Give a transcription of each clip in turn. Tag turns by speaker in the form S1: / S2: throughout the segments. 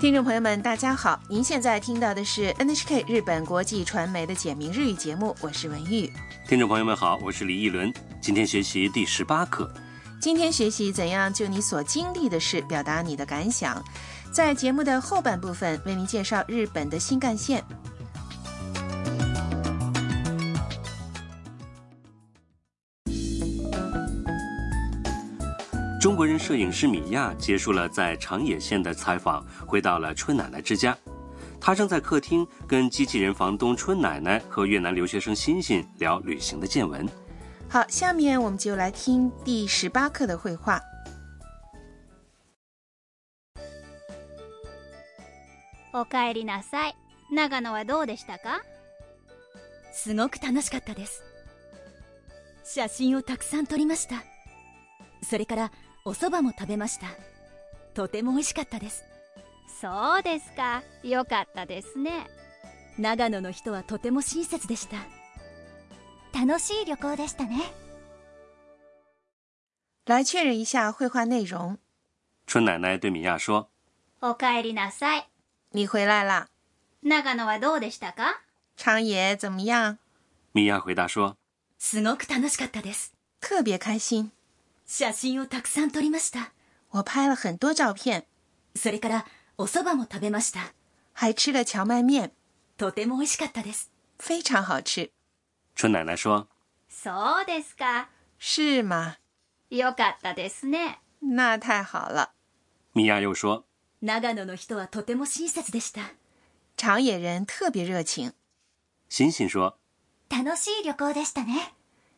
S1: 听众朋友们，大家好！您现在听到的是 NHK 日本国际传媒的简明日语节目，我是文玉。
S2: 听众朋友们好，我是李一伦，今天学习第十八课。
S1: 今天学习怎样就你所经历的事表达你的感想，在节目的后半部分为您介绍日本的新干线。
S2: 中国人摄影师米娅结束了在长野县的采访，回到了春奶奶之家。她正在客厅跟机器人房东春奶奶和越南留学生欣欣聊旅行的见闻。
S1: 好，下面我们就来听第十八课的绘画。
S3: おかえりなさい長野はどうでしたか
S4: すごく楽しかったです写真をたくさん撮りましたそれからお蕎麦も食べましたとても美味しかったです
S3: そうですかよかったですね
S4: 長野の人はとても親切でした楽しい旅行でしたね
S1: 来确认一下绘画内容。
S2: 春奶奶对米娅说
S3: おかえりなさい
S1: 你回来啦，
S3: 長野はどうでしたか
S1: 长野怎么样？：“
S2: 米娅回答说，
S4: すごく楽しかったです
S1: 特别开心，
S4: 写真をたくさん撮りました
S1: 我拍了很多照片，
S4: それからお蕎麦も食べました
S1: 还吃了荞麦面，
S4: とても美味しかったです
S1: 非常好吃，
S2: 春奶奶说，
S3: そうですか
S1: 是吗？
S3: よかったですね
S1: 那太好了。
S2: 米娅又说，
S4: 長野の人はとても親切でした
S1: 长野人特别热情，
S2: 欣欣说，
S4: 楽しい旅行でしたね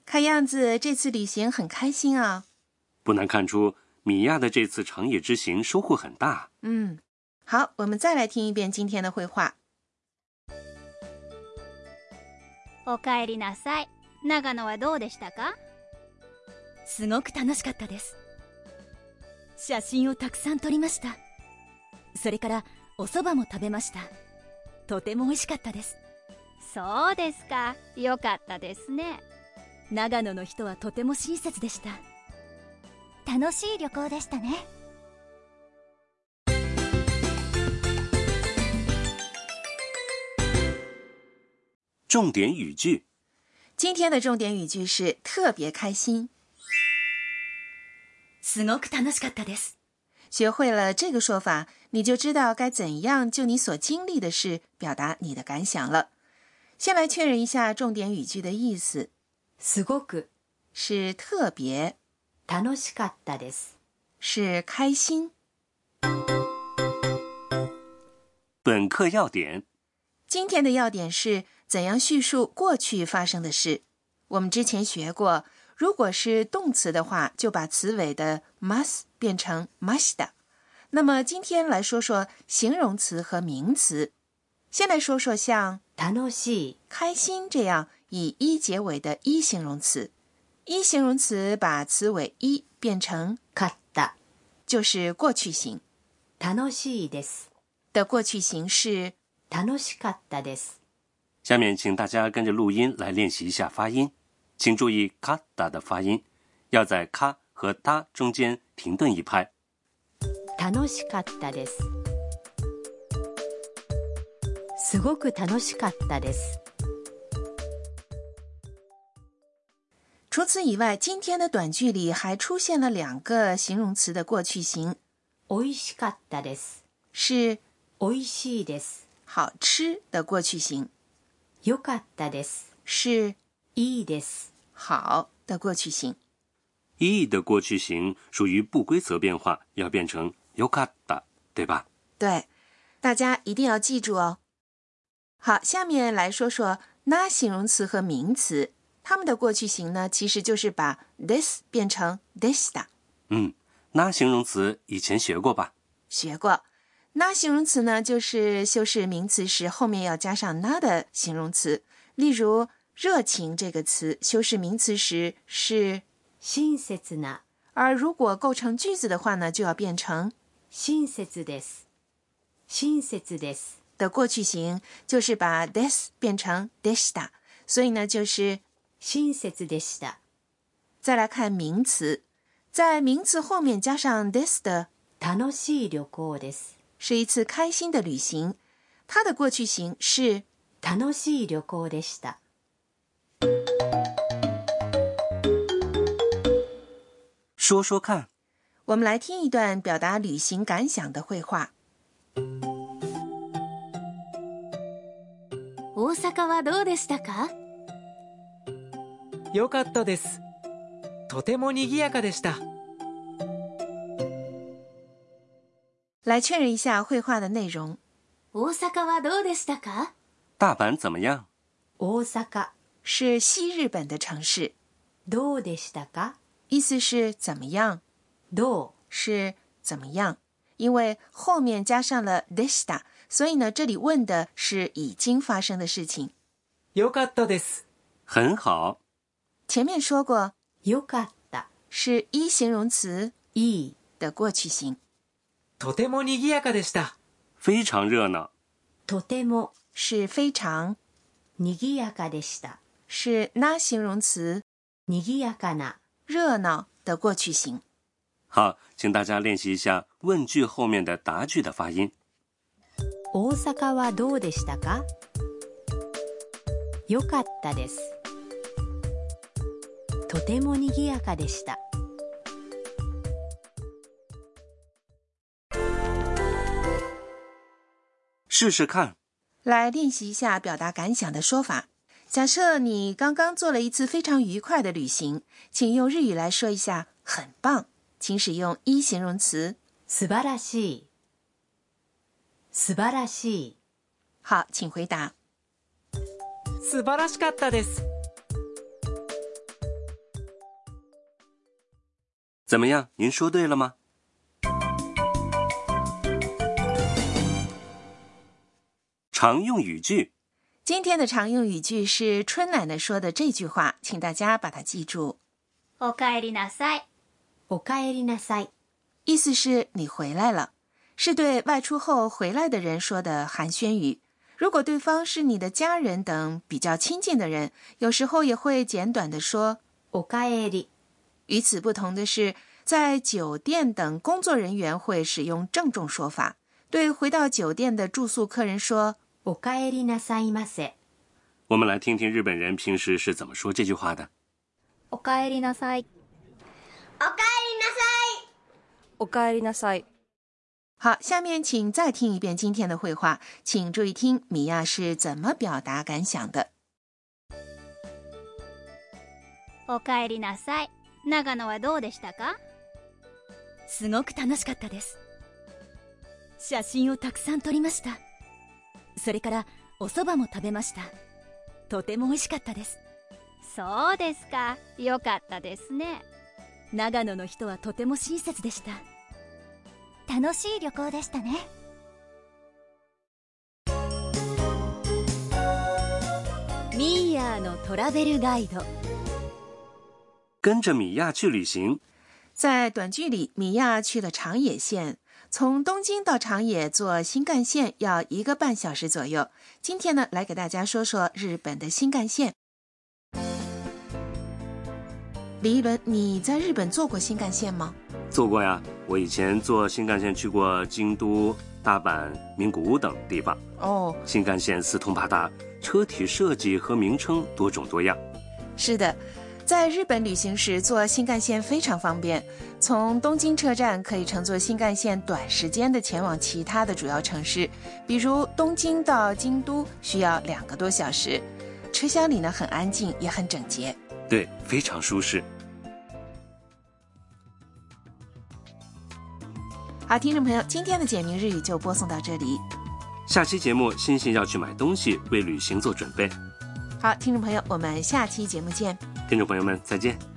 S1: 看样子这次旅行很开心啊。
S2: 不难看出，米娅的这次长野之行收获很大。
S1: 嗯，好，我们再来听一遍今天的绘画。
S3: おかえりなさい長野はどうでしたか
S4: すごく楽しかったです写真をたくさん撮りましたそれからお蕎麦も食べましたとても美味しかったです
S3: そうですかよかったですね
S4: 長野の人はとても親切でした楽しい旅行でしたね
S2: 重点语句：
S1: 今天的重点语句是特别开心。
S4: すごく楽しかったです
S1: 学会了这个说法，你就知道该怎样就你所经历的事表达你的感想了。先来确认一下重点语句的意思，
S4: すごく
S1: 是特别，
S4: 楽しかったです
S1: 是开心。
S2: 本课要点：
S1: 今天的要点是怎样叙述过去发生的事。我们之前学过，如果是动词的话，就把词尾的 mas 变成 mashita。那么今天来说说形容词和名词。先来说说像
S4: 楽しい
S1: 开心这样以一结尾的一形容词。一形容词把词尾一变成
S4: かった
S1: 就是过去形
S4: 楽しいです
S1: 的过去形式
S4: 楽しかったです
S2: 下面请大家跟着录音来练习一下发音，请注意“咔哒”的发音，要在“咔”和“哒”中间停顿一拍。
S4: 楽しかったですすごく楽しかったです
S1: 除此以外，今天的短句里还出现了两个形容词的过去形，
S4: 美味しかったです
S1: 是
S4: 美味しいです
S1: 好吃的过去形，
S4: 良かったです
S1: 是
S4: いいです
S1: 好的过去形。
S2: e 的过去形属于不规则变化，要变成 yokata，对吧？
S1: 对，大家一定要记住哦。好，下面来说说那形容词和名词，它们的过去形呢，其实就是把 this 变成 this 的。
S2: 嗯，那形容词以前学过吧？
S1: 学过。那形容词呢，就是修饰名词时后面要加上那的形容词。例如“热情”这个词，修饰名词时是，
S4: 親切な
S1: 而如果构成句子的话呢，就要变成
S4: 親切です親切です
S1: 的过去形，就是把 this 变成 deshita。所以呢，就是
S4: 親切でした
S1: 再来看名词，在名词后面加上 this 的
S4: 楽しい旅行です
S1: 是一次开心的旅行。它的过去形是
S5: 楽しい旅行でした
S2: 说说看，
S1: 我们来听一段表达旅行感想的绘画。
S4: 大阪はどうでしたか
S6: 良かったですとても賑やかでした
S1: 来确认一下绘画的内容。
S4: 大阪はどうでしたか
S2: 大阪怎么样？
S5: 大阪
S1: 是西日本的城市，
S5: どうでしたか
S1: 意思是怎么样？
S5: ど
S1: 是怎么样？因为后面加上了 deshita，所以呢，这里问的是已经发生的事情。
S6: 良かったです
S2: 很好，
S1: 前面说过
S5: うよかった
S1: 是一形容词
S5: いい
S1: 的过去形，
S6: とても賑やかでした
S2: 非常热闹，
S5: とても
S1: 是非常，
S5: 賑やかでした
S1: 是那形容词
S5: 賑やかな
S1: 热闹的过去形。
S2: 好，请大家练习一下问句后面的答句的发音。
S5: 大阪はどうでしたかよかったですとても賑やかでした
S2: 试试看，
S1: 来练习一下表达感想的说法。假设你刚刚做了一次非常愉快的旅行，请用日语来说一下“很棒”，请使用一形容词。
S5: 素晴らしい素晴らしい
S1: 好，请回答。
S6: 素晴らしかったです
S2: 怎么样？您说对了吗？常用语句，
S1: 今天的常用语句是春奶奶说的这句话，请大家把它记住，
S3: おかえりなさい
S5: おかえりなさい
S1: 意思是你回来了，是对外出后回来的人说的寒暄语。如果对方是你的家人等比较亲近的人，有时候也会简短的说
S5: おかえり
S1: 与此不同的是，在酒店等工作人员会使用郑重说法，对回到酒店的住宿客人说
S5: おかえりなさいませ
S2: 我们来听听日本人平时是怎么说这句话的。
S3: おかえりなさい
S7: おかえりなさい。：“
S1: 好。”下面请再听一遍今天的绘画，请注意听米娅是怎么表达感想的。
S3: おかえりなさい長野はどうでしたか
S4: すごく楽しかったです写真をたくさん撮りましたそれからお蕎麦も食べましたとても美味しかったです
S3: そうですかよかったですね
S4: 長野の人はとても親切でした
S3: 楽しい旅行でしたね
S4: ミーヤーのトラベルガイド
S2: 跟着米娅去旅行，
S1: 在短剧里，米娅去了长野县，从东京到长野坐新干线要一个半小时左右。今天呢，来给大家说说日本的新干线。李一伦，你在日本坐过新干线吗？
S2: 坐过呀。我以前坐新干线去过京都、大阪、名古屋等地方。
S1: 哦，
S2: 新干线四通八达，车体设计和名称多种多样。
S1: 是的，在日本旅行时坐新干线非常方便，从东京车站可以乘坐新干线短时间的前往其他的主要城市，比如东京到京都需要两个多小时。车厢里呢很安静，也很整洁。
S2: 对，非常舒适。
S1: 好，听众朋友，今天的简明日语就播送到这里。
S2: 下期节目，欣欣要去买东西，为旅行做准备。
S1: 好，听众朋友，我们下期节目见。
S2: 听众朋友们，再见。